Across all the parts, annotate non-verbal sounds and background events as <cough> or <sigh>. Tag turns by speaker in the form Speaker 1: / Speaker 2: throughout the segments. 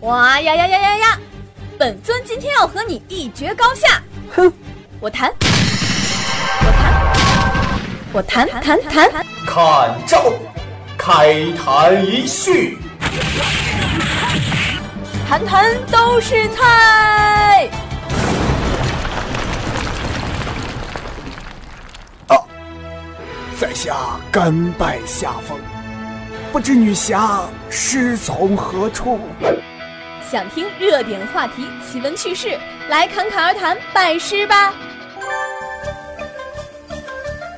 Speaker 1: 哇呀呀呀呀呀！本尊今天要和你一决高下！
Speaker 2: 哼，
Speaker 1: 我弹，我弹，我弹弹弹，
Speaker 3: 看招，开坛一续，
Speaker 1: 弹弹都是菜。
Speaker 2: 在下甘拜下风，不知女侠师从何处？
Speaker 1: 想听热点话题、奇闻趣事，来侃侃而谈拜师吧。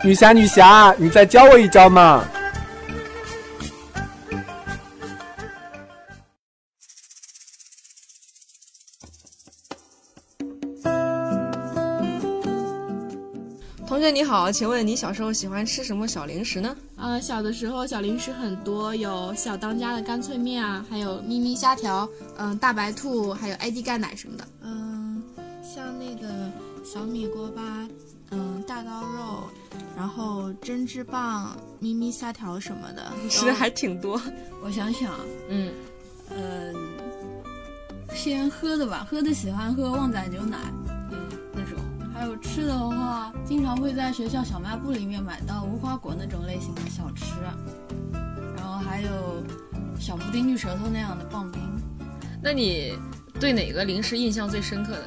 Speaker 2: 女侠，女侠，你再教我一招嘛！
Speaker 4: 同学你好，请问你小时候喜欢吃什么小零食呢？
Speaker 5: 呃，小的时候小零食很多，有小当家的干脆面啊，还有咪咪虾条，嗯、大白兔，还有 ID 钙奶什么的。
Speaker 6: 嗯，像那个小米锅巴，嗯，大刀肉，然后针织棒、咪咪虾条什么的。
Speaker 4: 吃的还挺多。
Speaker 7: 我想想，
Speaker 4: 嗯，
Speaker 7: 嗯、先喝的吧，喝的喜欢喝旺仔牛奶，嗯，那种。还有吃的话，经常会在学校小卖部里面买到无花果那种类型的小吃，然后还有小布丁、绿舌头那样的棒冰。
Speaker 4: 那你对哪个零食印象最深刻的？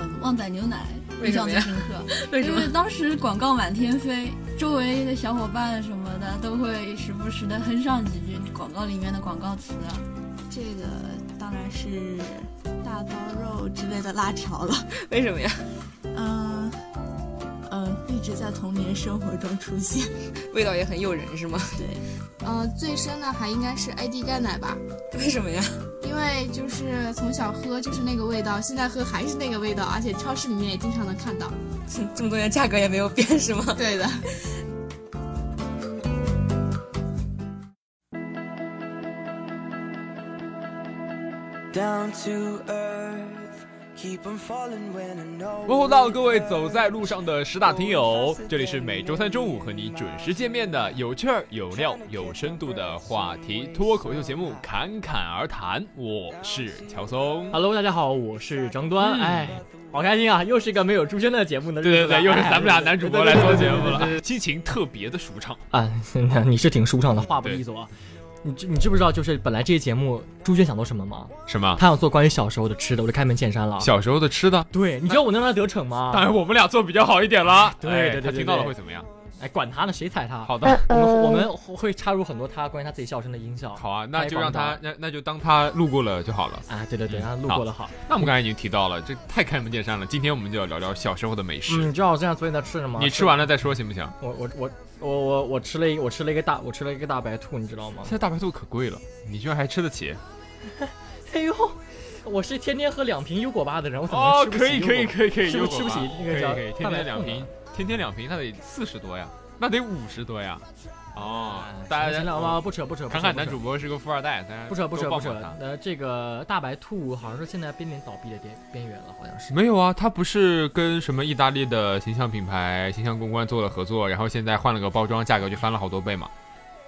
Speaker 7: 嗯，旺仔牛奶
Speaker 4: 为
Speaker 7: 印
Speaker 4: 什
Speaker 7: 象
Speaker 4: 么
Speaker 7: 最
Speaker 4: 呀
Speaker 7: 深刻，
Speaker 4: 为什
Speaker 7: 因
Speaker 4: 么
Speaker 7: 为？当时广告满天飞，周围的小伙伴什么的都会时不时的哼上几句广告里面的广告词。啊
Speaker 6: 这个当然是大刀肉之类的辣条了。
Speaker 4: <laughs> 为什么呀？
Speaker 6: 嗯嗯，一直在童年生活中出现。
Speaker 4: 味道也很诱人是吗？ <laughs>
Speaker 5: 呃，最深的还应该是 ID 钙奶吧，
Speaker 4: 为什么呀？ <laughs>
Speaker 5: 因为就是从小喝就是那个味道，现在喝还是那个味道，而且超市里面也经常能看到。
Speaker 4: 这么多年价格也没有变是 <laughs> 吗？
Speaker 5: 对的，
Speaker 8: down to earth keep on falling when i know
Speaker 9: 问候到各位走在路上的十大听友，这里是每周三中午和你准时见面的有趣儿、有料、有深度的话题脱口秀节目《侃侃而谈》，我是乔松。
Speaker 10: Hello，大家好，我
Speaker 9: 嗯
Speaker 10: 是张端。哎、好开心啊，又是一个没有朱轩的节目呢。
Speaker 9: 对 <laughs> 对
Speaker 10: 日子了
Speaker 9: 对，又是
Speaker 10: 哎
Speaker 9: 咱们俩男主播来做节 <laughs> 目
Speaker 10: 对对对对对对
Speaker 9: 了，心情特别的舒畅。
Speaker 10: 啊， <laughs> 你是挺舒畅的，话不利索啊。你知你知不知道，就是本来这些节目，朱轩想做什么吗？
Speaker 9: 什么？
Speaker 10: 他想做关于小时候的吃的，我就开门见山了。
Speaker 9: 啊小时候的吃的？
Speaker 10: 对，你觉得我能让他得逞
Speaker 9: 当
Speaker 10: 吗？
Speaker 9: 然我们俩做比较好一点啦。
Speaker 10: 对
Speaker 9: 哎
Speaker 10: 对对
Speaker 9: 他
Speaker 10: 对
Speaker 9: 听
Speaker 10: 对
Speaker 9: 到了
Speaker 10: 对
Speaker 9: 会怎么样？
Speaker 10: 哎，管他呢，谁睬他？
Speaker 9: 好的，
Speaker 10: 我们我们会插入很多他关于他自己笑声的音效。
Speaker 9: 好啊，那
Speaker 10: 他也
Speaker 9: 就
Speaker 10: 管
Speaker 9: 让
Speaker 10: 不
Speaker 9: 他
Speaker 10: 到
Speaker 9: 那那就当他路过了就好了。
Speaker 10: 啊，对对对，
Speaker 9: 嗯
Speaker 10: 他路
Speaker 9: 好
Speaker 10: 过了好。
Speaker 9: 那我们刚才已经提到了，这太开门见山了。今天我们就要聊聊小时候的美食，
Speaker 10: 嗯，你知道我这样昨天在吃什么？
Speaker 9: 你吃完了再说行不行？
Speaker 10: 我我我我我我吃了一我吃了一个大我吃了一个大白兔，你知道吗
Speaker 9: 现？在大白兔可贵了，你居然还吃得起？
Speaker 10: 哎呦，我是天天喝两瓶优果巴的人，我怎么
Speaker 9: 哦
Speaker 10: 能，吃不
Speaker 9: 可
Speaker 10: 起
Speaker 9: 以
Speaker 10: 优
Speaker 9: 可以
Speaker 10: 果
Speaker 9: 可以可以，
Speaker 10: 吃
Speaker 9: 有
Speaker 10: 不
Speaker 9: 果
Speaker 10: 吃不起
Speaker 9: 吧
Speaker 10: 那个
Speaker 9: 可以
Speaker 10: 叫
Speaker 9: 可以，天
Speaker 10: 蛋白
Speaker 9: 天
Speaker 10: 粉
Speaker 9: 两瓶
Speaker 10: 了，
Speaker 9: 天天两瓶，那得四十多呀，那得五十多呀。哦
Speaker 10: 巴？，
Speaker 9: 大
Speaker 10: 哎行
Speaker 9: 家
Speaker 10: 了，
Speaker 9: 哦
Speaker 10: 哇不扯不扯，不扯
Speaker 9: 侃侃男。
Speaker 10: 不
Speaker 9: 主
Speaker 10: 扯
Speaker 9: 播是个富二代，大家
Speaker 10: 不扯不
Speaker 9: 多
Speaker 10: 扯不
Speaker 9: 帮
Speaker 10: 扯
Speaker 9: 帮他，
Speaker 10: 呃，这个大白兔好像是现在濒临倒闭的边边缘了，好像是。
Speaker 9: 没有啊，他不是跟什么意大利的形象品牌形象公关做了合作，然后现在换了个包装，价格就翻了好多倍嘛，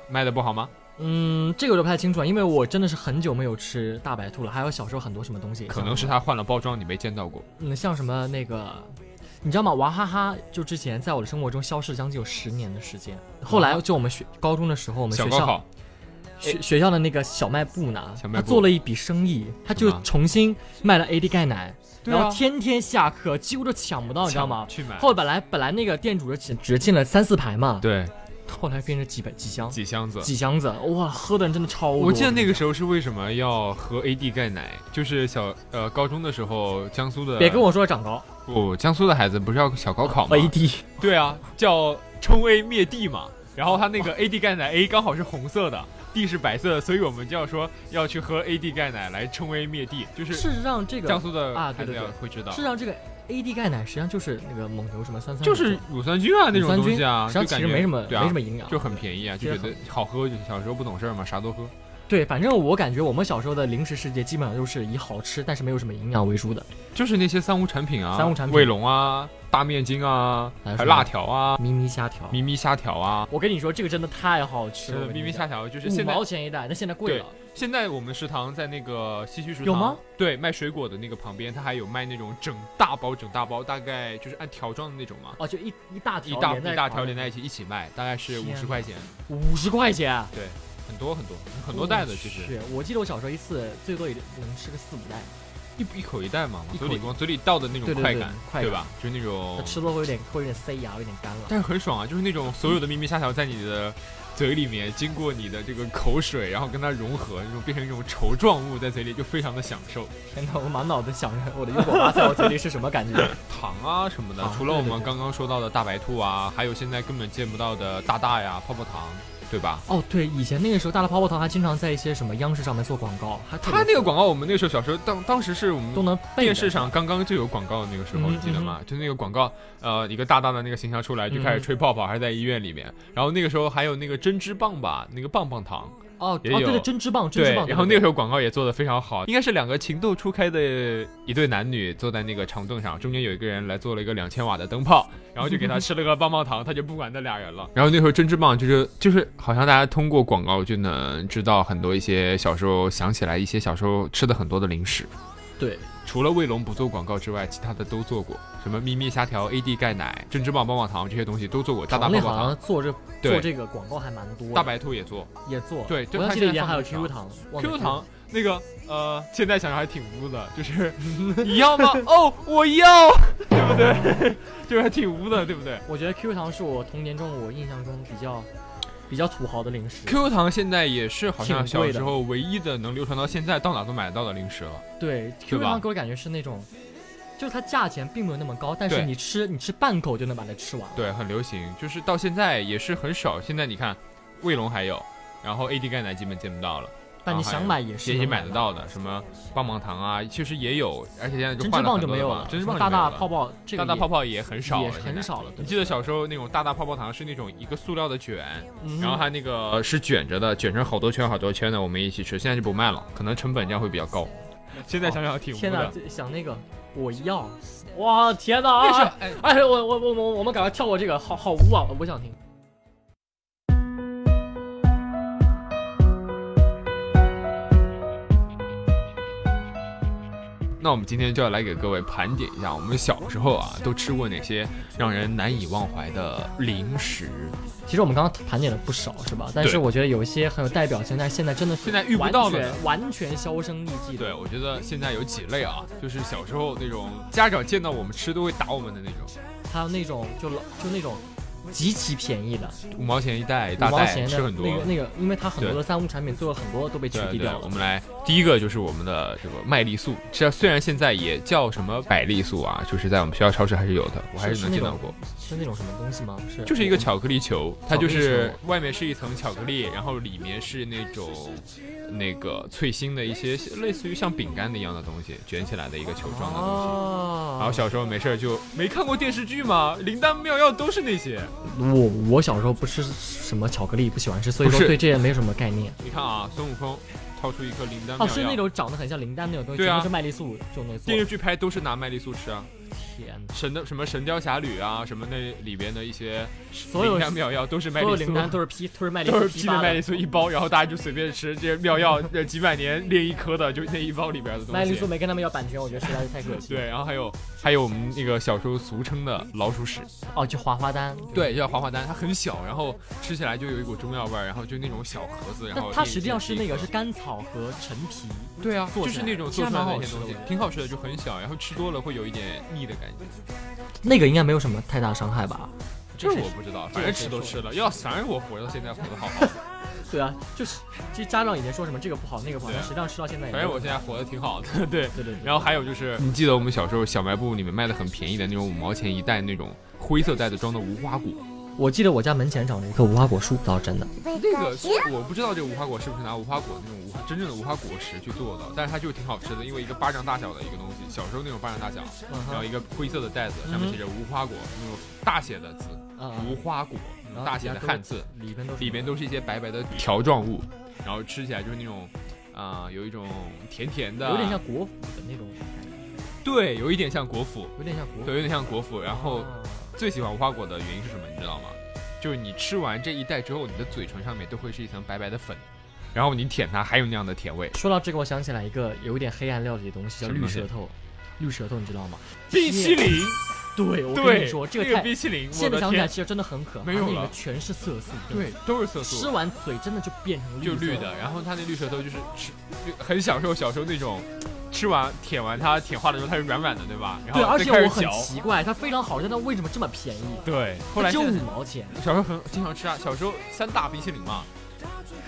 Speaker 9: 卖的不好吗？
Speaker 10: 嗯，这个我就不太清楚了，因为我真的是很久没有吃大白兔了，还有小时候很多什么东西，
Speaker 9: 可能是
Speaker 10: 像
Speaker 9: 他换了包装，你没见到过。
Speaker 10: 嗯，像什么那个。你知道吗？娃哈哈就之前在我的生活中消失将近有十年的时间。后来就我们学高中的时候，我们
Speaker 9: 小
Speaker 10: 学
Speaker 9: 高
Speaker 10: 校
Speaker 9: 考，
Speaker 10: 学学校的那个小卖部呢，
Speaker 9: 哎小卖部
Speaker 10: 他做了一笔生意，他就
Speaker 9: 什么
Speaker 10: 重新卖了 AD 钙奶，
Speaker 9: 对啊
Speaker 10: 然后天天下课几乎都抢不哦到，你知道吗
Speaker 9: 抢？去买，
Speaker 10: 后来本来本来那个店主只只进了三四排嘛，
Speaker 9: 对，
Speaker 10: 后来变成几百几箱
Speaker 9: 几箱子。
Speaker 10: 几箱子，哇，喝的人真的 <laughs> 超多。
Speaker 9: 我记得那个时候是为什么要喝 AD 钙奶，就是小呃高中的时候，江苏的
Speaker 10: 别跟我说长高
Speaker 9: 不，江苏的孩子不是要小高考吗？
Speaker 10: ，AD
Speaker 9: <laughs> 对啊，叫冲 A 灭 D 嘛。然后他那个 AD 钙奶 A 刚好是红色的，D 是白色的，所以我们就要说要去喝 AD 钙奶来冲 A 灭 D，就是
Speaker 10: 是让这个
Speaker 9: 江苏的
Speaker 10: 啊
Speaker 9: 孩
Speaker 10: 对
Speaker 9: 子
Speaker 10: 对对
Speaker 9: 要会知道
Speaker 10: 是，让这个 AD 钙奶实际上就是那个蒙牛什么三三五
Speaker 9: 就是乳酸菌啊那种
Speaker 10: 乳酸
Speaker 9: 东
Speaker 10: 菌
Speaker 9: 西啊，
Speaker 10: 实
Speaker 9: 就
Speaker 10: 际上
Speaker 9: 感
Speaker 10: 其
Speaker 9: 觉
Speaker 10: 实没什么
Speaker 9: 对啊
Speaker 10: 没什么营养，
Speaker 9: 就很便宜啊，就觉
Speaker 10: 其
Speaker 9: 得
Speaker 10: 实
Speaker 9: 好喝，就小时候不懂事儿嘛，啥都喝。
Speaker 10: 对，反正我感觉我们小时候的零食世界基本上都是以好吃但是没有什么营养为主的。
Speaker 9: 就是那些三无产品啊，
Speaker 10: 三无产品
Speaker 9: 卫龙啊，大面筋啊，
Speaker 10: 还
Speaker 9: 还有
Speaker 10: 有什么
Speaker 9: 辣条啊，
Speaker 10: 咪咪虾条，
Speaker 9: 咪咪虾条啊，
Speaker 10: 我跟你说，这个真的太好吃
Speaker 9: 真
Speaker 10: 了，
Speaker 9: 的咪咪虾条，就是
Speaker 10: 五
Speaker 9: 现在
Speaker 10: 毛钱一袋，但现在贵了。
Speaker 9: 现在我们食堂在那个西区食堂
Speaker 10: 有吗？
Speaker 9: 对，卖水果的那个旁边，它还有卖那种整大包整大包，大概就是按条装的那种嘛，
Speaker 10: 哦，就一一大
Speaker 9: 一
Speaker 10: 条
Speaker 9: 大
Speaker 10: 连在
Speaker 9: 一大
Speaker 10: 床
Speaker 9: 条连
Speaker 10: 上
Speaker 9: 在一起一起卖，大概是
Speaker 10: 天
Speaker 9: 五十块钱，
Speaker 10: 五十块钱，
Speaker 9: 对，很多很多很多袋子，其实
Speaker 10: 哦是我记得我小时候一次最多也就能吃个四五袋，
Speaker 9: 一一口一袋嘛，往
Speaker 10: 一
Speaker 9: 嘴
Speaker 10: 口
Speaker 9: 里
Speaker 10: 一
Speaker 9: 往嘴里倒的那种
Speaker 10: 对对
Speaker 9: 快
Speaker 10: 对
Speaker 9: 感，
Speaker 10: 快
Speaker 9: 对
Speaker 10: 感
Speaker 9: 吧？就是那种
Speaker 10: 那吃多会有点会有点塞牙，有点干了。
Speaker 9: 但是很爽啊，就是那种所有的秘密虾条在你的嘴里面，经过你的这个口水，然后跟它融合，那种变成一种稠状物在嘴里，就非常的享受。
Speaker 10: 天哪，我满脑子想着我的优果巴在我嘴里是什么感
Speaker 9: <laughs>
Speaker 10: 觉。
Speaker 9: 糖啊什么的，
Speaker 10: 糖
Speaker 9: 除了我
Speaker 10: 对
Speaker 9: 们
Speaker 10: 对对
Speaker 9: 刚刚说到的大白兔啊，还有现在根本见不到的大大呀、泡泡糖，对吧？
Speaker 10: 哦，对，以前那个时候大辣泡泡糖还经常在一些什么央视上面做广告，还特别
Speaker 9: 它那个
Speaker 10: 火
Speaker 9: 广告，我们那个时候小时候当当时是我
Speaker 10: 都
Speaker 9: 们。
Speaker 10: 能背
Speaker 9: 电
Speaker 10: 着
Speaker 9: 视上刚刚就有广告，那个时候
Speaker 10: 嗯
Speaker 9: 你记得吗？就那个广告，呃，一个大大的那个形象出来，就开始
Speaker 10: 嗯
Speaker 9: 吹泡泡，还在医院里面。然后那个时候还有那个针织棒吧，那个棒棒糖，
Speaker 10: 哦哦，
Speaker 9: 也
Speaker 10: 对
Speaker 9: 有
Speaker 10: 对，针织棒，针
Speaker 9: 对
Speaker 10: 织，棒。
Speaker 9: 然后那个时
Speaker 10: 候
Speaker 9: 候广告也做得非常好，应该是两个情窦初开的一对男女坐在那个长凳上，中间有一个人来做了一个两千瓦的灯泡，然后就给他吃了个棒棒糖，他就不管那俩人了。然后那时候针织棒就是就是好像大家通过广告就能知道很多一些小时候想起来一些小时候吃的很多的零食，
Speaker 10: 对，
Speaker 9: 除了卫龙不做广告之外，其他的都做过，什么咪咪虾条、AD 钙奶、针织棒棒棒糖这些东西都做过，大大棒
Speaker 10: 糖类
Speaker 9: 棒
Speaker 10: 好
Speaker 9: 糖
Speaker 10: 像、做这
Speaker 9: 对
Speaker 10: 做这个广告还蛮多的，
Speaker 9: 大白兔也做。
Speaker 10: 也做，
Speaker 9: 对就
Speaker 10: 我
Speaker 9: 它
Speaker 10: 还记
Speaker 9: 现在
Speaker 10: 得以前还有
Speaker 9: 放
Speaker 10: QQ 糖忘了
Speaker 9: QQ 糖那个呃，现在想想还挺污的，就是 <laughs> 你要吗？哦，我要， <laughs> 对不对？ <laughs> 就是还挺污的，对不对
Speaker 10: 我觉得 QQ 糖是我童年中我印象中比较比较土豪的零食。
Speaker 9: ？QQ 糖现在也是好像
Speaker 10: 挺
Speaker 9: 小
Speaker 10: 贵的
Speaker 9: 时候唯一的能流传到现在，到哪都买得到的零食了。
Speaker 10: 对
Speaker 9: 对
Speaker 10: QQ
Speaker 9: 吧
Speaker 10: 糖给我感觉是那种，就是它价钱并没有那么高，但是
Speaker 9: 对
Speaker 10: 你吃你吃半口就能把它吃完了。
Speaker 9: 对，很流行，就是到现在也是很少。现在你看，卫龙还有，然后 AD 钙奶基本见不到了。
Speaker 10: 但你想买也是
Speaker 9: 啊也也
Speaker 10: 能
Speaker 9: 买
Speaker 10: 买
Speaker 9: 得到的，什么棒棒糖啊，其实也有，而且现在就
Speaker 10: 针
Speaker 9: 换了
Speaker 10: 织棒
Speaker 9: 很
Speaker 10: 就
Speaker 9: 多
Speaker 10: 没
Speaker 9: 的
Speaker 10: 有
Speaker 9: 嘛
Speaker 10: 了，
Speaker 9: 针织
Speaker 10: 什
Speaker 9: 棒
Speaker 10: 么
Speaker 9: 就
Speaker 10: 大
Speaker 9: 没有
Speaker 10: 大
Speaker 9: 了
Speaker 10: 泡泡这个
Speaker 9: 大大
Speaker 10: 也
Speaker 9: 泡泡也很少了，
Speaker 10: 也
Speaker 9: 现在
Speaker 10: 很少了。对
Speaker 9: 你记得小时候那种大大泡泡糖是那种一个塑料的卷，
Speaker 10: 嗯
Speaker 9: 然后它那个是卷着的，卷成好多圈好多圈的，我们一起吃。现在就不卖了，可能成本这样会比较高。 <laughs> 现在想想挺污
Speaker 10: 天哪
Speaker 9: 的，，
Speaker 10: 这想那个我要，哇天哪！
Speaker 9: 那时候
Speaker 10: 啊
Speaker 9: 哎，
Speaker 10: 哎，我我我我我们赶快跳过这个，好好无啊，我不想听。
Speaker 9: 那我们今天就要来给各位盘点一下，我们小时候啊都吃过哪些让人难以忘怀的零食。
Speaker 10: 其实我们刚刚盘点了不少，是吧？但是
Speaker 9: 对
Speaker 10: 我觉得有一些很有代表性，但是现在真的是
Speaker 9: 现在遇不到的
Speaker 10: 完全完全销声匿迹的。
Speaker 9: 对，我觉得现在有几类啊，就是小时候那种家长见到我们吃都会打我们的那种，
Speaker 10: 还有那种就老就那种极其便宜的，
Speaker 9: 五毛钱一袋，
Speaker 10: 五
Speaker 9: 大
Speaker 10: 毛
Speaker 9: 袋
Speaker 10: 钱
Speaker 9: 吃
Speaker 10: 的
Speaker 9: 很多。
Speaker 10: 那个那个，因为它很多
Speaker 9: 对
Speaker 10: 的三无产品最后很多都被取
Speaker 9: 对
Speaker 10: 缔
Speaker 9: 对
Speaker 10: 掉，了。
Speaker 9: 我们来第一个就是我们的这个麦丽素，这虽然现在也叫什么百丽素啊，就是在我们学校超市还是有的，我还
Speaker 10: 是
Speaker 9: 能
Speaker 10: 那
Speaker 9: 见到
Speaker 10: 种
Speaker 9: 过。
Speaker 10: 是那种什么东西吗？是
Speaker 9: 就是一个巧克力球，它就
Speaker 10: 巧克力
Speaker 9: 是外面是一层巧克力，然后里面是那种那个脆心的一些类似于像饼干的一样的东西，卷起来的一个球状的东西。
Speaker 10: 啊
Speaker 9: 然后小时候没事儿就没看过电视剧吗？灵丹妙药都是那些。
Speaker 10: 我我小时候不吃什么巧克力，不喜欢吃，所以
Speaker 9: 不
Speaker 10: 说
Speaker 9: 是
Speaker 10: 对这些没什么概念。
Speaker 9: 你看啊，孙悟空掏出一颗灵丹
Speaker 10: 哦，
Speaker 9: 妙
Speaker 10: 是
Speaker 9: 药，
Speaker 10: 那种长得很像灵丹那种东西，
Speaker 9: 对啊啊
Speaker 10: 全都是麦丽素这种东西做
Speaker 9: 电
Speaker 10: 的
Speaker 9: 视。剧拍都是拿麦丽素吃啊，
Speaker 10: 天哪，
Speaker 9: 神的什么神雕侠侣啊，什么那里边的一些
Speaker 10: 所有
Speaker 9: 灵丹妙药都是麦
Speaker 10: 所
Speaker 9: 丽
Speaker 10: 有
Speaker 9: 素，
Speaker 10: 灵
Speaker 9: <laughs>
Speaker 10: 丹都是批都是麦丽
Speaker 9: 都
Speaker 10: 素
Speaker 9: 是
Speaker 10: 批
Speaker 9: 批的
Speaker 10: 发
Speaker 9: 麦丽
Speaker 10: 的。
Speaker 9: 素一包，然后大家就随便吃，这些妙药 <laughs> 这几百年炼一颗的，就那一包里边的东西。
Speaker 10: 麦丽素没跟他们要版权，我觉得实在是太可惜。
Speaker 9: 对，然后还有还有我们那个小时候俗称的老鼠屎，
Speaker 10: 哦，就滑滑丹。
Speaker 9: 对，叫滑滑丹，它很小，然后吃起来就有一股中药味儿，然后就那种小盒子，然后
Speaker 10: 但它
Speaker 9: 一
Speaker 10: 实际上是那个
Speaker 9: 一
Speaker 10: 是甘草和陈皮，
Speaker 9: 对啊，
Speaker 10: 做
Speaker 9: 就是
Speaker 10: 出来
Speaker 9: 那种做
Speaker 10: 其
Speaker 9: 出来
Speaker 10: 实蛮
Speaker 9: 的
Speaker 10: 好
Speaker 9: 一些
Speaker 10: 吃的
Speaker 9: 东西
Speaker 10: 我觉，得
Speaker 9: 挺好吃的，就很小，然后吃多了会有一点腻的感觉。
Speaker 10: 那个应该没有什么太大伤害吧？
Speaker 9: 这
Speaker 10: 是
Speaker 9: 我不知道，
Speaker 10: 这
Speaker 9: 反
Speaker 10: 个
Speaker 9: 正
Speaker 10: 谁
Speaker 9: 吃都
Speaker 10: 说
Speaker 9: 吃了，要反正我活到现在活得好好的，
Speaker 10: 对啊，就是其实家长以前说什么这个不好那个不好，
Speaker 9: 对啊
Speaker 10: 但实际上吃到现在也没
Speaker 9: 反
Speaker 10: 有
Speaker 9: 正
Speaker 10: 什
Speaker 9: 我现
Speaker 10: 么。
Speaker 9: 在活得挺好的， <laughs> 对。
Speaker 10: 对对对。
Speaker 9: 然后还有就是，你记得我们小时候小卖部里面卖的很便宜的那种五毛钱一袋那种灰色袋子装的无花果，
Speaker 10: 我记得我家门前长着一棵无花果树，倒是真的。
Speaker 9: 那个是我不知道这个无花果是不是拿无花果那种无花真正的无花果实去做的，但是它就挺好吃的，因为一个巴掌大小的一个东西，小时候那种巴掌大小，
Speaker 10: 嗯
Speaker 9: 然后一个灰色的袋子，上面写着无花果那种大写的字，
Speaker 10: 啊
Speaker 9: 无花果那种大写
Speaker 10: 嗯
Speaker 9: 的汉字，
Speaker 10: 里边都是
Speaker 9: 里边都是一些白白的条状物，然后吃起来就是那种，啊、有一种甜甜的，
Speaker 10: 有点像国府的那种，
Speaker 9: 对，有一点像果脯，
Speaker 10: 有点像国府
Speaker 9: 对，。有点像果脯。然后
Speaker 10: 啊
Speaker 9: 最喜欢无花果的原因是什么？你知道吗？就是你吃完这一袋之后，你的嘴唇上面都会是一层白白的粉，然后你舔它还有那样的甜味。
Speaker 10: 说到这个，我想起来一个有一点黑暗料理的东西，叫
Speaker 9: 什么
Speaker 10: 绿
Speaker 9: 东西
Speaker 10: 舌头。绿舌头你知道吗？
Speaker 9: 冰淇淋，
Speaker 10: 对，我跟
Speaker 9: 对，
Speaker 10: 你说，这
Speaker 9: 那个
Speaker 10: 太
Speaker 9: 冰淇淋，我
Speaker 10: 现在
Speaker 9: 的
Speaker 10: 想起来
Speaker 9: 天，
Speaker 10: 其实真的很可怕，
Speaker 9: 没有
Speaker 10: 那里面
Speaker 9: 了
Speaker 10: 全是色素。真的
Speaker 9: 对，都是色
Speaker 10: 吃
Speaker 9: 素，
Speaker 10: 完嘴真的就变成
Speaker 9: 就绿
Speaker 10: 色
Speaker 9: 的。然后它那绿舌头就是吃，就很享受小时候那种，吃完舔完它舔化的时候它是软软的，对吧？然
Speaker 10: 对，
Speaker 9: 后
Speaker 10: 而
Speaker 9: 再
Speaker 10: 且
Speaker 9: 开
Speaker 10: 我
Speaker 9: 始
Speaker 10: 很
Speaker 9: 嚼。
Speaker 10: 奇怪，它非常好，但它为什么这么便宜？
Speaker 9: 对，后
Speaker 10: 它
Speaker 9: 来
Speaker 10: 只有
Speaker 9: 现
Speaker 10: 五
Speaker 9: 在
Speaker 10: 毛钱。
Speaker 9: 小时候很经常吃啊，小时候三大冰淇淋嘛，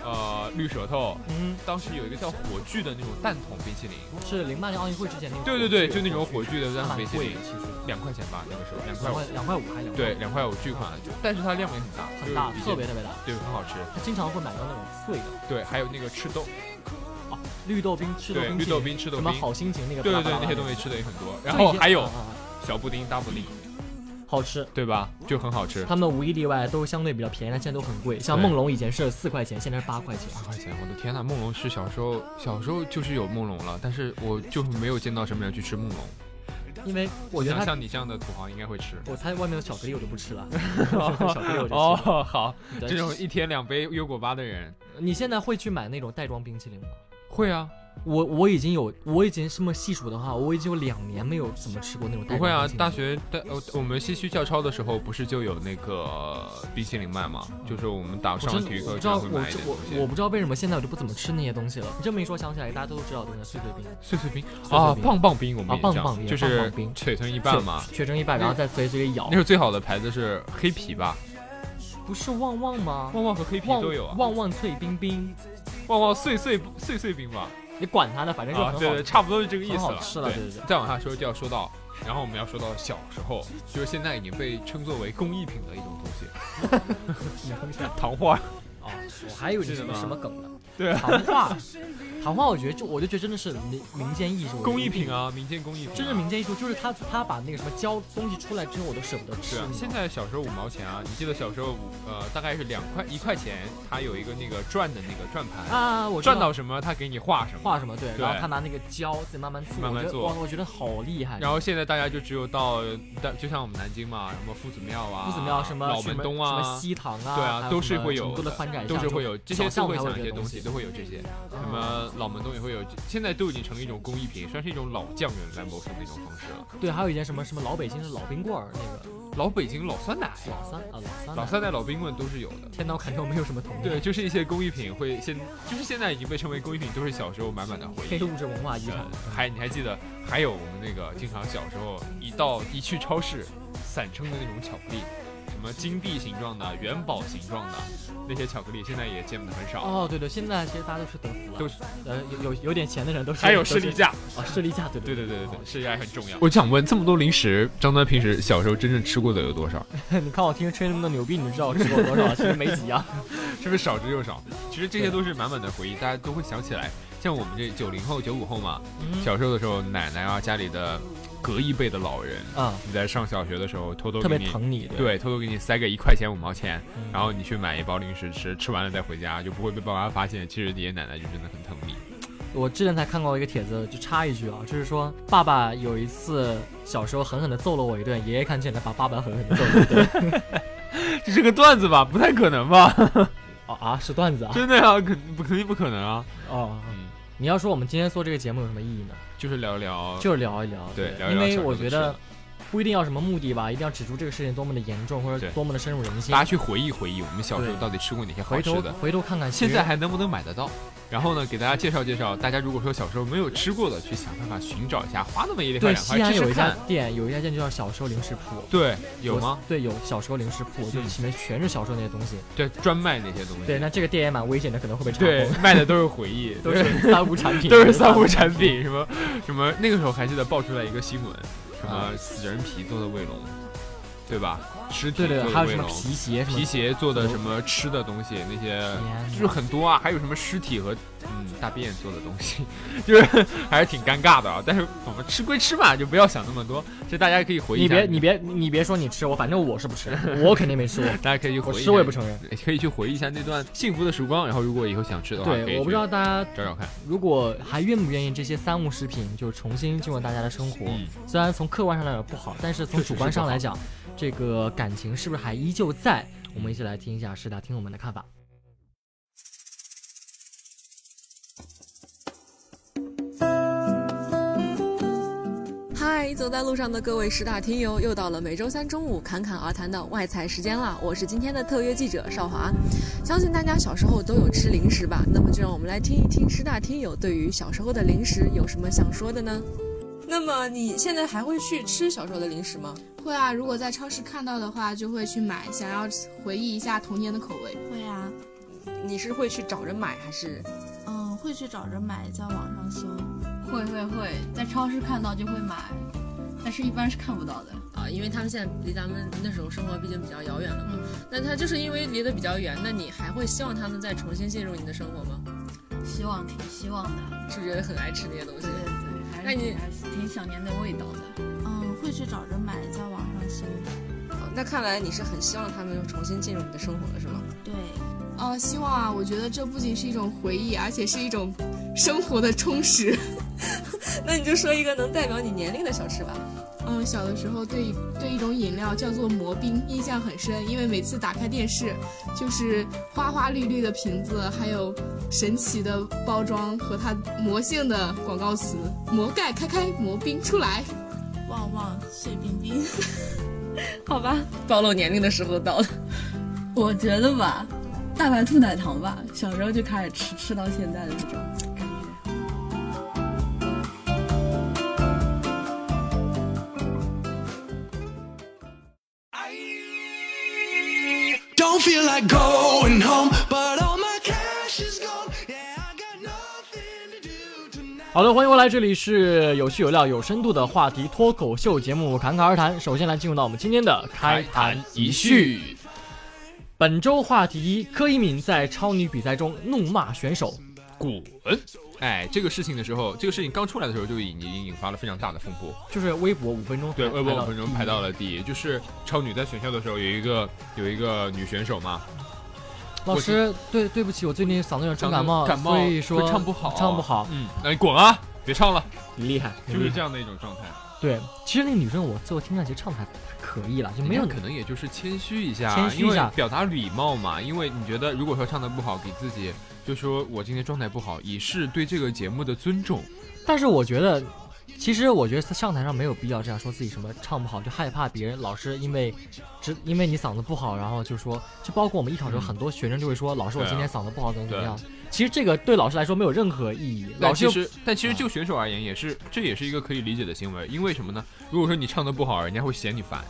Speaker 9: 呃，绿舌头，
Speaker 10: 嗯，
Speaker 9: 当时有一个叫火炬的那种蛋筒冰淇淋，
Speaker 10: 是零八年奥运会之前那个。
Speaker 9: 对对对，就那种火炬的蛋筒
Speaker 10: 蛮
Speaker 9: 冰淇
Speaker 10: 贵
Speaker 9: 淋
Speaker 10: 的，，其实
Speaker 9: 两块钱吧，那个时候两块五
Speaker 10: 两块，两块五还两块
Speaker 9: 对，两块五巨款，但是它量也很大，
Speaker 10: 很大
Speaker 9: 就是，比起
Speaker 10: 特别特别大。
Speaker 9: 对，很好吃。
Speaker 10: 他经常会买到那种碎的哦
Speaker 9: 对，还有那个赤豆，
Speaker 10: 绿豆冰、赤豆
Speaker 9: 对，
Speaker 10: 冰、
Speaker 9: 绿豆冰、赤豆
Speaker 10: 什么
Speaker 9: 冰，
Speaker 10: 好心情那个巴
Speaker 9: 对
Speaker 10: 拉
Speaker 9: 对
Speaker 10: 巴
Speaker 9: 对
Speaker 10: 拉，的，
Speaker 9: 那些东西吃的也很多。
Speaker 10: 就
Speaker 9: 然
Speaker 10: 一些，
Speaker 9: 后还有
Speaker 10: 啊啊
Speaker 9: 小布丁、大布丁，
Speaker 10: 啊好吃。
Speaker 9: 对吧？就很好吃。
Speaker 10: 他们无一例外都相对比较便宜，但现在都很贵。像
Speaker 9: 对
Speaker 10: 梦龙以前是四块钱，现在是八块钱。啊
Speaker 9: 八块钱，我的天呐！梦龙是小时候，小时候就是有梦龙了，但是我就没有见到什么人去吃梦龙。
Speaker 10: 因为我觉得
Speaker 9: 像
Speaker 10: 它，
Speaker 9: 像你这样的土豪应该会吃。
Speaker 10: 我它外面有巧克力我就
Speaker 9: <laughs>
Speaker 10: 不吃了，巧克力我就吃了。，
Speaker 9: 好，
Speaker 10: 对
Speaker 9: 哦这种一天两杯优果巴的人，
Speaker 10: 你现在会去买那种袋装冰淇淋吗？
Speaker 9: 会啊，
Speaker 10: 我我已经有，我已经这么细数的话，我已经有两年没有怎么吃过那种袋
Speaker 9: 不
Speaker 10: 装
Speaker 9: 会啊
Speaker 10: 冰淇。淋
Speaker 9: 大学大呃，我们西区教超的时候，不是就有那个冰淇淋卖吗？就是我们打上
Speaker 10: 我
Speaker 9: 完
Speaker 10: 真
Speaker 9: 体育
Speaker 10: 我
Speaker 9: 课
Speaker 10: 不知
Speaker 9: 就
Speaker 10: 道，
Speaker 9: 会
Speaker 10: 我
Speaker 9: 买一点东
Speaker 10: 我我
Speaker 9: 西。
Speaker 10: 不知道为什么现在我就不怎么吃那些东西了。你这么一说，想起来大家都知道的那个碎碎冰，
Speaker 9: 碎碎冰
Speaker 10: 碎
Speaker 9: 啊，
Speaker 10: 冰
Speaker 9: 棒棒冰我
Speaker 10: 啊
Speaker 9: 们也这
Speaker 10: 棒棒
Speaker 9: 样，
Speaker 10: 冰
Speaker 9: 就是
Speaker 10: 棒棒冰
Speaker 9: 腿成一半嘛。
Speaker 10: 切切成一半，然后再嘴嘴里咬
Speaker 9: 那时。候最好的牌子是黑啤吧，
Speaker 10: 不是旺旺吗？
Speaker 9: 旺旺和黑啤
Speaker 10: 旺
Speaker 9: 都有啊，
Speaker 10: 旺旺脆冰冰，
Speaker 9: 旺旺碎碎碎碎冰吧，
Speaker 10: 你管它呢，反正就
Speaker 9: 啊
Speaker 10: 很，好
Speaker 9: 对对，差不多是这个意
Speaker 10: 很
Speaker 9: 思
Speaker 10: 好
Speaker 9: 了。
Speaker 10: 吃了，对对对。
Speaker 9: 再往下说就要说到，然后我们要说到小时候，就是现在已经被称作为工艺品的一种东西，糖画。
Speaker 10: 哦，我还以为你
Speaker 9: 是
Speaker 10: 是
Speaker 9: 吗
Speaker 10: 什么梗呢？
Speaker 9: 对啊
Speaker 10: 糖画，糖画，我觉得就我就觉得真的是民民间艺术，
Speaker 9: 工艺品，啊，民间工艺品、啊，
Speaker 10: 真是民间艺术，就是他他把那个什么胶东西出来之后，我都舍不得吃
Speaker 9: 对啊。，现在小时候五毛钱啊，你记得小时候五呃大概是两块一块钱，它有一个那个转的那个转盘，
Speaker 10: 啊，我知道
Speaker 9: 转到什么它给你画什么。
Speaker 10: 画什么对，
Speaker 9: 对
Speaker 10: 然后他拿那个胶自己慢慢做，
Speaker 9: 慢慢
Speaker 10: 我觉得
Speaker 9: 做
Speaker 10: 哇，我觉得好厉害。
Speaker 9: 然后现在大家就只有到，但就像我们南京嘛，什么夫子庙啊，
Speaker 10: 夫子庙什么
Speaker 9: 老
Speaker 10: 什
Speaker 9: 门
Speaker 10: 么
Speaker 9: 东
Speaker 10: 什么
Speaker 9: 啊，
Speaker 10: 西塘啊，
Speaker 9: 对
Speaker 10: 还
Speaker 9: 啊，
Speaker 10: 有
Speaker 9: 都
Speaker 10: 什
Speaker 9: 是
Speaker 10: 么
Speaker 9: 会
Speaker 10: 成
Speaker 9: 有
Speaker 10: 都的宽窄巷
Speaker 9: 都是
Speaker 10: 这种
Speaker 9: 会有这些
Speaker 10: 小
Speaker 9: 都
Speaker 10: 巷
Speaker 9: 会
Speaker 10: 才
Speaker 9: 想
Speaker 10: 有
Speaker 9: 一
Speaker 10: 这
Speaker 9: 些
Speaker 10: 些
Speaker 9: 东西，
Speaker 10: 西啊嗯
Speaker 9: 都会有这些。什么老门东也会有，现在都已经成了一种工艺品，算是一种老匠人来谋生的一种方式了。
Speaker 10: 对，还有一件什么什么老北京的老冰棍儿，那个
Speaker 9: 老北京老酸奶、
Speaker 10: 老三啊老三
Speaker 9: 老三代、老冰棍都是有的。
Speaker 10: 天呐，我感觉我没有什么童年。
Speaker 9: 对，，就是一些工艺品会现，就是现在已经被称为工艺品，都是小时候满满的回忆
Speaker 10: 非。物质文化遗产
Speaker 9: 呃。还你还记得，还有我们那个经常小时候一到一去超市，散称的那种巧克力，什么金币形状的、元宝形状的那些巧克力，现在也见的很少。
Speaker 10: 哦，对对，现在其实大家都是德芙了，
Speaker 9: 都是
Speaker 10: 呃有有有点钱的人都是
Speaker 9: 还有
Speaker 10: 都
Speaker 9: 士
Speaker 10: 是
Speaker 9: 力架，
Speaker 10: 啊，士力架，对
Speaker 9: 对
Speaker 10: 对
Speaker 9: 对对对
Speaker 10: 哦
Speaker 9: 对，士力架也很重要。我想问，这么多零食，张丹平时小时候真正吃过的有多少？
Speaker 10: <laughs> 你看我听吹那么多牛逼，你就知道我吃过多少，其实没几
Speaker 9: <laughs>
Speaker 10: 样。
Speaker 9: <laughs> 是不是少之又少？其实这些都是满满的回忆，大家都会想起来。像我们这九零后、九五后嘛，
Speaker 10: 嗯
Speaker 9: 小时候的时候，奶奶啊，家里的隔一辈的老人，
Speaker 10: 啊，
Speaker 9: 你在上小学的时候偷偷
Speaker 10: 特
Speaker 9: 给
Speaker 10: 别
Speaker 9: 你。
Speaker 10: 疼你，
Speaker 9: 对，偷偷给你塞个一块钱五毛钱，
Speaker 10: 嗯
Speaker 9: 然后你去买一包零食吃，吃完了再回家，就不会被爸妈发现。其实爷爷奶奶就真的很疼你。
Speaker 10: 我之前才看过一个帖子，就插一句啊，就是说爸爸有一次小时候狠狠的揍了我一顿，爷爷看见了把爸爸狠狠的揍了一顿。
Speaker 9: <laughs> 这是个段子吧？不太可能吧？
Speaker 10: 哦啊，是段子啊。
Speaker 9: <laughs> 真的呀、肯不肯定不可能啊。
Speaker 10: 哦，
Speaker 9: 嗯，
Speaker 10: 你要说我们今天做这个节目有什么意义呢？
Speaker 9: 就是聊聊，
Speaker 10: 就是聊一聊，
Speaker 9: 啊对聊一
Speaker 10: 因
Speaker 9: 聊
Speaker 10: 为
Speaker 9: 小时候
Speaker 10: 我
Speaker 9: 的
Speaker 10: 觉
Speaker 9: 事
Speaker 10: 得不一定要什么目的吧，一定要指出这个事情多么的严重或
Speaker 9: 对
Speaker 10: 者多么的深入人心
Speaker 9: 大家。去回忆回忆，我们小时候
Speaker 10: 对
Speaker 9: 到底吃过哪些好
Speaker 10: 回
Speaker 9: 吃
Speaker 10: 头
Speaker 9: 的。
Speaker 10: 回头看看，其
Speaker 9: 现
Speaker 10: 实
Speaker 9: 在还能不能买得到？然后呢，给大家介绍介绍，大家如果说小时候没有吃过的，去想办法寻找一下，花那么一两块
Speaker 10: 对
Speaker 9: 两
Speaker 10: 西
Speaker 9: 块
Speaker 10: 安
Speaker 9: 试
Speaker 10: 有
Speaker 9: 试
Speaker 10: 一家
Speaker 9: 看。
Speaker 10: 店，有一家店就叫小时候零食铺。
Speaker 9: 对，有吗？？
Speaker 10: 对，有小时候零食铺，就
Speaker 9: 嗯
Speaker 10: 是里面全是小时候那些东西。
Speaker 9: 对，专卖那些东西。
Speaker 10: 对，那这个店也蛮危险的，可能会被查
Speaker 9: 对
Speaker 10: 封。
Speaker 9: <laughs> 卖的都是回忆，
Speaker 10: <laughs> 都是三无产
Speaker 9: <laughs>
Speaker 10: 品，
Speaker 9: 都是三无产品，什么什么。那个时候还记得爆出来一个新闻，什么
Speaker 10: 啊
Speaker 9: 死人皮做的卫龙，对吧？尸体
Speaker 10: 对
Speaker 9: 做
Speaker 10: 对，
Speaker 9: 的
Speaker 10: 还有
Speaker 9: 卫
Speaker 10: 什么
Speaker 9: 龙，
Speaker 10: 皮鞋什么
Speaker 9: 皮鞋做的什么吃的东西，那些
Speaker 10: 天
Speaker 9: 就是很多啊，还有什么尸体和嗯大便做的东西， <laughs> 就是还是挺尴尬的啊。但是我们吃归吃嘛，就不要想那么多，这大家可以回忆
Speaker 10: 你
Speaker 9: 一下
Speaker 10: 别你别你别说你吃，我反正我是不吃，我肯定没吃过，
Speaker 9: 大家可以去
Speaker 10: 我
Speaker 9: 回忆一下，
Speaker 10: 吃我也不承认。
Speaker 9: 可以去回忆一下那段幸福的时光。然后如果以后想吃的话，啊可以
Speaker 10: 对，我
Speaker 9: 去
Speaker 10: 不知道大家
Speaker 9: 找找看。
Speaker 10: 如果还愿不愿意这些三无食品就重新进入大家的生活。
Speaker 9: 嗯，
Speaker 10: 虽然从客观上来讲不好，但是从主观上来讲，这个感情是不是还依旧在？我们一起来听一下师大听友们的看法。
Speaker 4: 欢迎走在路上的各位十大听友，又到了每周三中午侃侃而谈的外采时间啦！我是今天的特约记者少华。相信大家小时候都有吃零食吧？那么就让我们来听一听十大听友对于小时候的零食有什么想说的呢？那么你现在还会去吃小时候的零食吗？
Speaker 5: 会啊，如果在超市看到的话，就会去买，想要回忆一下童年的口味。
Speaker 6: 会啊，
Speaker 4: 你是会去找人买还是？
Speaker 6: 嗯，会去找人买，在网上搜。
Speaker 7: 会会会，在超市看到就会买，但是一般是看不到的。
Speaker 4: 啊，因为他们现在离咱们那时候生活毕竟比较遥远了嘛。那他就是因为离得比较远，那你还会希望他们再重新进入你的生活吗？
Speaker 7: 希望挺希望的，
Speaker 4: 是不是觉得很爱吃那些东西
Speaker 7: 对？对对，还
Speaker 4: 那
Speaker 7: 是
Speaker 4: 你
Speaker 7: 挺还是挺想念那味道的。
Speaker 6: 嗯，会去找人买，在网上搜。
Speaker 4: 哦那看来你是很希望他们又重新进入你的生活了，是吗？ <laughs>
Speaker 6: 对，
Speaker 5: 呃，希望啊，我觉得这不仅是一种回忆，而且是一种生活的充实。
Speaker 4: 那你就说一个能代表你年龄的小吃吧。
Speaker 5: 嗯，小的时候对对一种饮料叫做魔冰印象很深，因为每次打开电视，就是花花绿绿的瓶子，还有神奇的包装和它魔性的广告词“魔盖开开，魔冰出来
Speaker 6: 旺旺碎冰
Speaker 7: <laughs>
Speaker 6: 冰。
Speaker 4: 好吧，暴露年龄的时候到了。
Speaker 7: 我觉得吧，大白兔奶糖吧，小时候就开始吃，吃到现在的那种。”。
Speaker 8: Don't feel like going home, but all my cash is gone. Yeah, I got nothing to do tonight.
Speaker 10: 好的，欢迎回来，这里是有趣有料、有深度的话题脱口秀节目《侃侃而谈》。首先来进入到我们今天的开坛一序。，本周话题一：柯一敏在超女比赛中怒骂选手。
Speaker 9: 滚！哎，这个事情的时候，这个事情刚出来的时候就已经引发了非常大的风波。
Speaker 10: 就是微博五分钟
Speaker 9: 对，呃微博
Speaker 10: 拍到
Speaker 9: 五分钟排到了嗯第一，就是超女在选秀的时候有一个有一个女选手嘛，
Speaker 10: 老师，对对不起，我最近嗓子有点重感冒，
Speaker 9: 感冒
Speaker 10: 所以说
Speaker 9: 会唱不好
Speaker 10: 唱不好，
Speaker 9: 嗯，那你滚啊，别唱了，
Speaker 10: 你厉害，
Speaker 9: 就是这样的一种状态。
Speaker 10: 对，其实那个女生我最后听上去唱的还可以了，就没有
Speaker 9: 人家可能也就是谦虚一下，
Speaker 10: 谦虚一下
Speaker 9: 因为表达礼貌嘛。因为你觉得如果说唱的不好，给自己就说我今天状态不好，以示对这个节目的尊重。
Speaker 10: 但是我觉得，其实我觉得上台上没有必要这样说自己什么唱不好，就害怕别人老师因为只因为你嗓子不好，然后就说，就包括我们艺考的时候，
Speaker 9: 嗯
Speaker 10: 很多学生就会说，老师我
Speaker 9: 对啊
Speaker 10: 今天嗓子不好，怎么怎么
Speaker 9: 对
Speaker 10: 样。其实这个对老师来说没有任何意义，
Speaker 9: 但
Speaker 10: 老师
Speaker 9: 其
Speaker 10: 又
Speaker 9: 实，但其实就选手而言，也是这也是一个可以理解的行为。因为什么呢？如果说你唱的不好，人家会嫌你烦，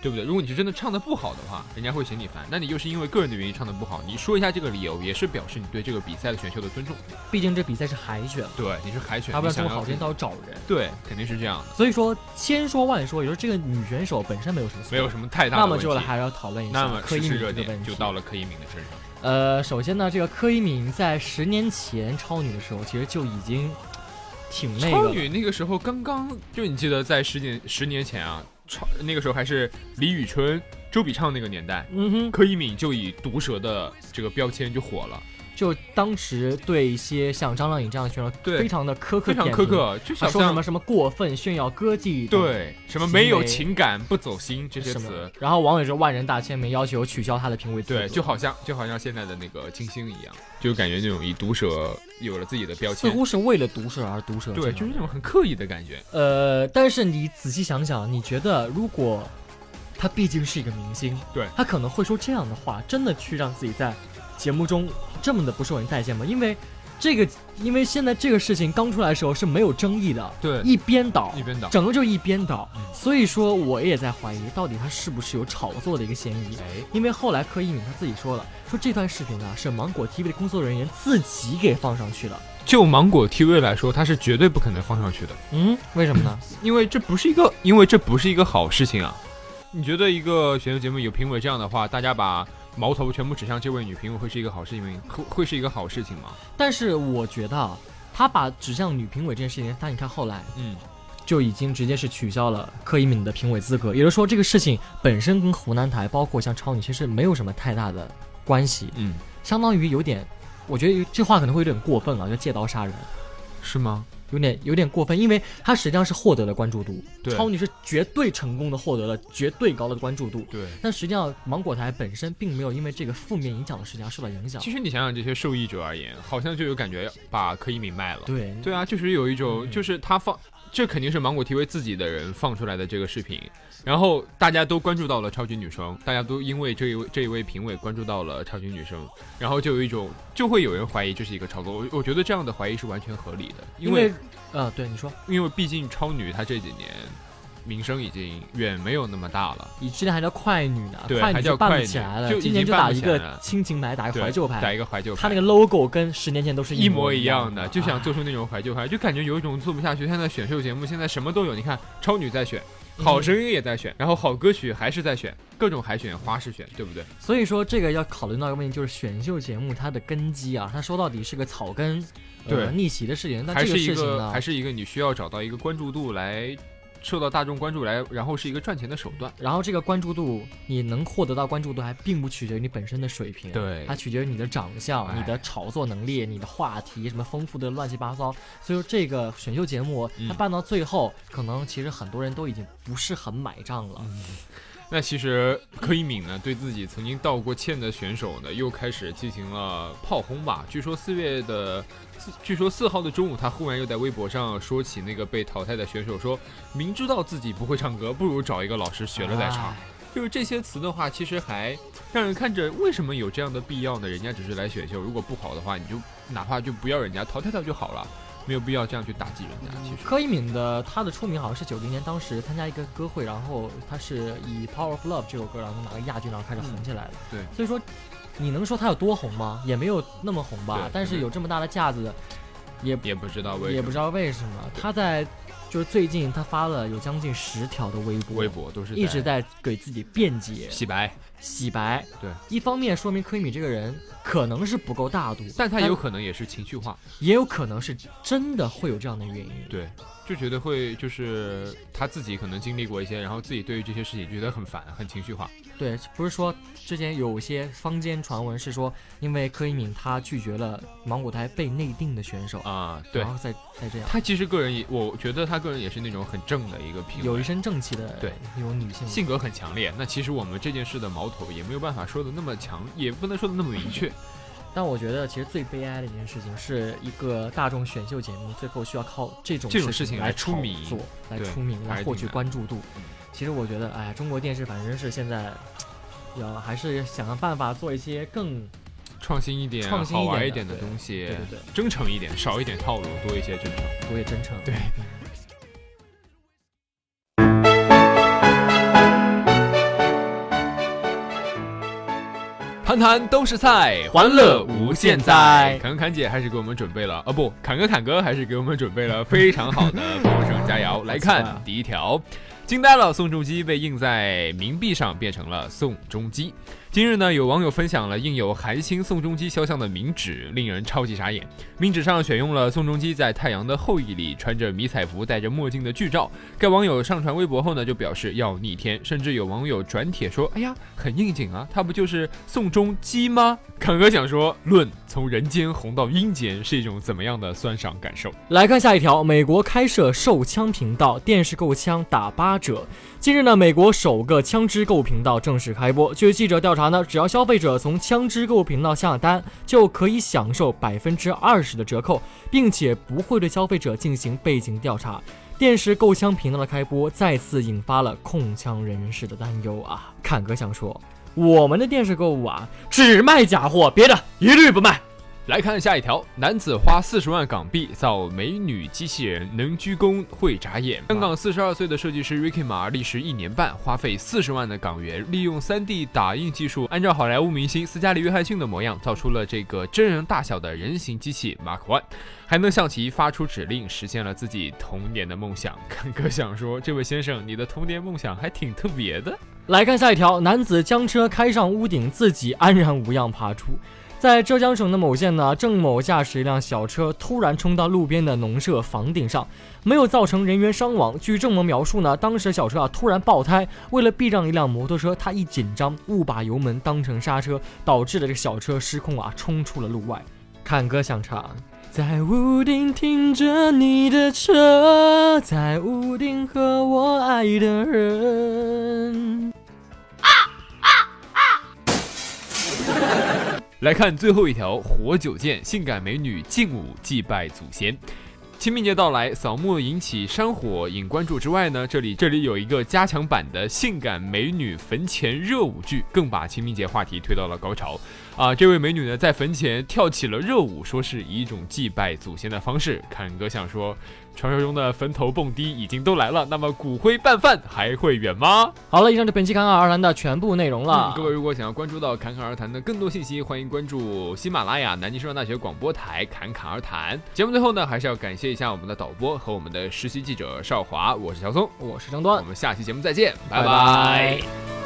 Speaker 9: 对不对？如果你是真的唱的不好的话，人家会嫌你烦。那你又是因为个人的原因唱的不好，你说一下这个理由，也是表示你对这个比赛的选秀的尊重。
Speaker 10: 毕竟这比赛是海选，
Speaker 9: 对，你是海选，
Speaker 10: 他不
Speaker 9: 你
Speaker 10: 知
Speaker 9: 想
Speaker 10: 道么
Speaker 9: 要
Speaker 10: 好听，到找人。
Speaker 9: 对，肯定是这样的，
Speaker 10: 所以说，千说万说，也就是这个女选手本身没有什么错，
Speaker 9: 没有什么太大的
Speaker 10: 那
Speaker 9: 问
Speaker 10: 么
Speaker 9: 题
Speaker 10: 就还要讨论一
Speaker 9: 那
Speaker 10: 下
Speaker 9: 么
Speaker 10: 柯
Speaker 9: 时
Speaker 10: 一
Speaker 9: 事
Speaker 10: 敏
Speaker 9: 热
Speaker 10: 这个
Speaker 9: 点
Speaker 10: 问题。
Speaker 9: 就到了柯一敏的身上。
Speaker 10: 呃，首先呢，这个柯一敏在十年前超女的时候，其实就已经挺那
Speaker 9: 超
Speaker 10: 个了。
Speaker 9: 女那个时候刚刚就你记得在十年十年前啊，超那个时候还是李宇春、周笔畅那个年代，
Speaker 10: 嗯哼，
Speaker 9: 柯以敏就以毒舌的这个标签就火了，
Speaker 10: 就当时对一些像张靓颖这样的选手，
Speaker 9: 对
Speaker 10: 非常的苛刻，
Speaker 9: 非常苛，刻，就
Speaker 10: 啊、
Speaker 9: 想
Speaker 10: 说什么
Speaker 9: 像
Speaker 10: 什么过分炫耀、歌技等
Speaker 9: 对什么
Speaker 10: 行
Speaker 9: 没有
Speaker 10: 为
Speaker 9: 情感、不走心这些
Speaker 10: 什么
Speaker 9: 词，。
Speaker 10: 然后网友就万人大签名，要求取消他的评委资格。
Speaker 9: 对，就好像就好像现在的那个金星一样，就感觉那种以毒舌有了自己的标
Speaker 10: 似
Speaker 9: 签，
Speaker 10: 乎是为了毒舌而毒舌。
Speaker 9: 对，就是那种很刻意的感觉。
Speaker 10: 呃，但是你仔细想想，你觉得如果他毕竟是一个明星，
Speaker 9: 对
Speaker 10: 他可能会说这样的话，真的去让自己在节目中这么的不受人待见吗？因为这个，因为现在这个事情刚出来的时候是没有争议的，
Speaker 9: 对，
Speaker 10: 一边倒，
Speaker 9: 一边倒。
Speaker 10: 整个就一边倒
Speaker 9: 嗯。
Speaker 10: 所以说，我也在怀疑，到底他是不是有炒作的一个嫌疑？因为后来柯一敏他自己说了，说这段视频啊是芒果 TV 的工作人员自己给放上去了。
Speaker 9: 就芒果 TV 来说，它是绝对不可能放上去的。
Speaker 10: 嗯，为什么呢？
Speaker 9: 因为这不是一个，因为这不是一个好事情啊！你觉得一个选秀节目有评委这样的话，大家把矛头全部指向这位女评委，会是一个好事情吗？会会是一个好事情吗？
Speaker 10: 但是我觉得啊，他把指向女评委这件事情，但你看后来
Speaker 9: 嗯，
Speaker 10: 就已经直接是取消了柯以敏的评委资格，也就是说这个事情本身跟湖南台，包括像超女，其实没有什么太大的关系，
Speaker 9: 嗯，
Speaker 10: 相当于有点，我觉得这话可能会有点过分啊，叫借刀杀人。
Speaker 9: 是吗？
Speaker 10: 有点有点过分，因为她实际上是获得了关注度，
Speaker 9: 对
Speaker 10: 超女是绝对成功的获得了绝对高的关注度， <laughs>
Speaker 9: 对。
Speaker 10: 但实际上芒果台本身并没有因为这个负面影响的事情而受到影响
Speaker 9: 其。实你想想这些受益者而言，好像就有感觉把柯以敏卖了。
Speaker 10: 对
Speaker 9: 对啊，就是有一种，
Speaker 10: 嗯
Speaker 9: 就是他放这肯定是芒果 TV 自己的人放出来的这个视频，然后大家都关注到了超级女声，大家都因为这一位这一位评委关注到了超级女声，然后就有一种就会有人怀疑这是一个炒作，我我觉得这样的怀疑是完全合理的，因为
Speaker 10: 呃，对你说，
Speaker 9: 因为毕竟超女她这几年名声已经远没有那么大了，
Speaker 10: 你之前还叫快女呢，
Speaker 9: 对
Speaker 10: 女
Speaker 9: 还叫
Speaker 10: 就办
Speaker 9: 快
Speaker 10: 不
Speaker 9: 女
Speaker 10: 起来了，
Speaker 9: 就已
Speaker 10: 今年
Speaker 9: 经
Speaker 10: 就
Speaker 9: 办
Speaker 10: 打
Speaker 9: 不
Speaker 10: 一
Speaker 9: 起来
Speaker 10: 个
Speaker 9: 了
Speaker 10: 亲情牌，打一个
Speaker 9: 对
Speaker 10: 怀旧
Speaker 9: 打
Speaker 10: 牌
Speaker 9: 一，个怀旧牌，
Speaker 10: 它那个 logo 跟十年前都是
Speaker 9: 一模
Speaker 10: 模啊
Speaker 9: 一
Speaker 10: 样
Speaker 9: 样的，啊就想做出那种怀旧牌，就感觉有一种做不下去。现在选秀节目现在什么都有，你看超女在选，好声音也在选，然后好歌曲还是在选，各种海选、花式选，对不对？
Speaker 10: 嗯所以说，这个要考虑到一个问题，就是选秀节目它的根基啊，它说到底是个草根，
Speaker 9: 对
Speaker 10: 呃、逆袭的事情。但
Speaker 9: 还
Speaker 10: 这
Speaker 9: 是一
Speaker 10: 事情
Speaker 9: 个
Speaker 10: 呢，
Speaker 9: 还是一个你需要找到一个关注度来受到大众关注来，然后是一个赚钱的手段。
Speaker 10: 然后这个关注度，你能获得到关注度，还并不取决于你本身的水平，
Speaker 9: 对
Speaker 10: 它取决于你的长相
Speaker 9: 哎、
Speaker 10: 你的炒作能力、你的话题什么丰富的乱七八糟。所以说，这个选秀节目
Speaker 9: 嗯
Speaker 10: 它办到最后，可能其实很多人都已经不是很买账了。
Speaker 9: 那其实柯以敏呢，对自己曾经道过歉的选手呢，又开始进行了炮轰吧。据说四月的，四据说四号的中午，他忽然又在微博上说起那个被淘汰的选手说，明知道自己不会唱歌，不如找一个老师学了再唱。
Speaker 10: 哎
Speaker 9: 就是这些词的话，其实还让人看着为什么有这样的必要呢？人家只是来选秀，如果不好的话，你就哪怕就不要人家淘汰掉就好了，没有必要这样去打击人家。其实，
Speaker 10: 柯以敏的她的出名好像是九零年，当时参加一个歌会，然后她是以《Power of Love》这首歌，然后拿个亚军，然后开始红起来的。
Speaker 9: 嗯
Speaker 10: 所以说你能说她有多红吗？也没有那么红吧
Speaker 9: 对，
Speaker 10: 但是有这么大的架子，也
Speaker 9: 也不知道为
Speaker 10: 也
Speaker 9: 什
Speaker 10: 不
Speaker 9: 么
Speaker 10: 知道为什么。她在就是最近她发了有将近十条的微博，
Speaker 9: 微博都是
Speaker 10: 一直在给自己辩解、
Speaker 9: 洗白，
Speaker 10: 洗白。
Speaker 9: 对，
Speaker 10: 一方面说明柯以敏这个人可能是不够大度，
Speaker 9: 但他有可能也是情绪化。
Speaker 10: 也有可能是真的会有这样的原因。
Speaker 9: 对，就觉得会就是他自己可能经历过一些，然后自己对于这些事情觉得很烦，很情绪化。
Speaker 10: 对，不是说之前有些坊间传闻是说，因为柯以敏她拒绝了芒果台被内定的选手，
Speaker 9: 啊、对
Speaker 10: 然后再再这样，
Speaker 9: 他其实个人也，我觉得他个人也是那种很正的一个评委，
Speaker 10: 有一身正气的
Speaker 9: 对
Speaker 10: 那种女性。
Speaker 9: 性格很强烈。那其实我们这件事的矛头也没有办法说的那么强，也不能说的那么明确。
Speaker 10: 但我觉得其实最悲哀的一件事情，是一个大众选秀节目最后需要靠这种
Speaker 9: 这种事情
Speaker 10: 情
Speaker 9: 来
Speaker 10: 来
Speaker 9: 出
Speaker 10: 炒
Speaker 9: 名
Speaker 10: 作来
Speaker 9: 对
Speaker 10: 出名，
Speaker 9: 还
Speaker 10: 来
Speaker 9: 是
Speaker 10: 获
Speaker 9: 挺
Speaker 10: 取
Speaker 9: 难
Speaker 10: 关注度
Speaker 9: 嗯。
Speaker 10: 其实我觉得，哎呀，中国电视反正是现在要还是想个办法做一些更
Speaker 9: 创新一点，
Speaker 10: 创新
Speaker 9: 好
Speaker 10: 一
Speaker 9: 玩
Speaker 10: 点
Speaker 9: 一
Speaker 10: 的
Speaker 9: 点的
Speaker 10: 对
Speaker 9: 东西，
Speaker 10: 对对
Speaker 9: 真诚一点，少一点套路，多一些真诚。
Speaker 10: 我也真诚。
Speaker 9: 对谈谈都是菜，欢乐无限在。侃侃姐还是给我们准备了，啊不，侃哥侃哥还是给我们准备了非常好的风声佳肴。来看第一条，惊呆了，宋仲基被印在冥币上变成了宋仲基。近日呢，有网友分享了印有韩星宋仲基肖像的冥纸，令人超级傻眼。冥纸上选用了宋仲基在《太阳的后裔》里穿着迷彩服、戴着墨镜的剧照。该网友上传微博后呢，就表示要逆天，甚至有网友转帖说：“哎呀，很应景啊，他不就是宋仲基吗？”侃哥想说，论从人间红到阴间是一种怎么样的酸爽感受？
Speaker 10: 来看下一条，美国开设售枪频道，电视购枪打八折。近日呢，美国首个枪支购频道正式开播。据记者调查呢，只要消费者从枪支购频道下单，就可以享受百分之二十的折扣，并且不会对消费者进行背景调查。电视购枪频道的开播，再次引发了控枪人士的担忧啊！侃哥想说，我们的电视购物啊，只卖假货，别的一律不卖。
Speaker 9: 来看下一条，男子花四十万港币造美女机器人，能鞠躬会眨眼。香港四十二岁的设计师 Ricky 马历时一年半，花费四十万的港元，利用 3D 打印技术，按照好莱坞明星斯嘉丽·约翰逊的模样，造出了这个真人大小的人形机器 Mark One，还能向其发出指令，实现了自己童年的梦想。 <laughs> 看哥想说，这位先生，你的童年梦想还挺特别的。
Speaker 10: 来看下一条，男子将车开上屋顶，自己安然无恙爬出。在浙江省的某县呢，郑某驾驶一辆小车突然冲到路边的农舍房顶上，没有造成人员伤亡。据郑某描述呢，当时小车啊突然爆胎，为了避让一辆摩托车，他一紧张误把油门当成刹车，导致了这个小车失控啊冲出了路外。看歌想唱。在屋顶停着你的车，在屋顶和我爱的人。
Speaker 9: 来看最后一条，活久见，性感美女劲舞祭拜祖先。清明节到来，扫墓引起山火引关注之外呢，这里这里有一个加强版的性感美女坟前热舞剧，更把清明节话题推到了高潮。啊，这位美女呢，在坟前跳起了热舞，说是以一种祭拜祖先的方式。侃哥想说，传说中的坟头蹦迪已经都来了，那么骨灰拌饭还会远吗？
Speaker 10: 好了，以上是本期侃侃而谈的全部内容了。
Speaker 9: 嗯各位如果想要关注到侃侃而谈的更多信息，欢迎关注喜马拉雅南京师范大学广播台《侃侃而谈》。节目最后呢，还是要感谢一下我们的导播和我们的实习记者邵华，我是小松，
Speaker 10: 我是张端
Speaker 9: 我，们下期节目再见，拜
Speaker 10: 拜拜
Speaker 9: 拜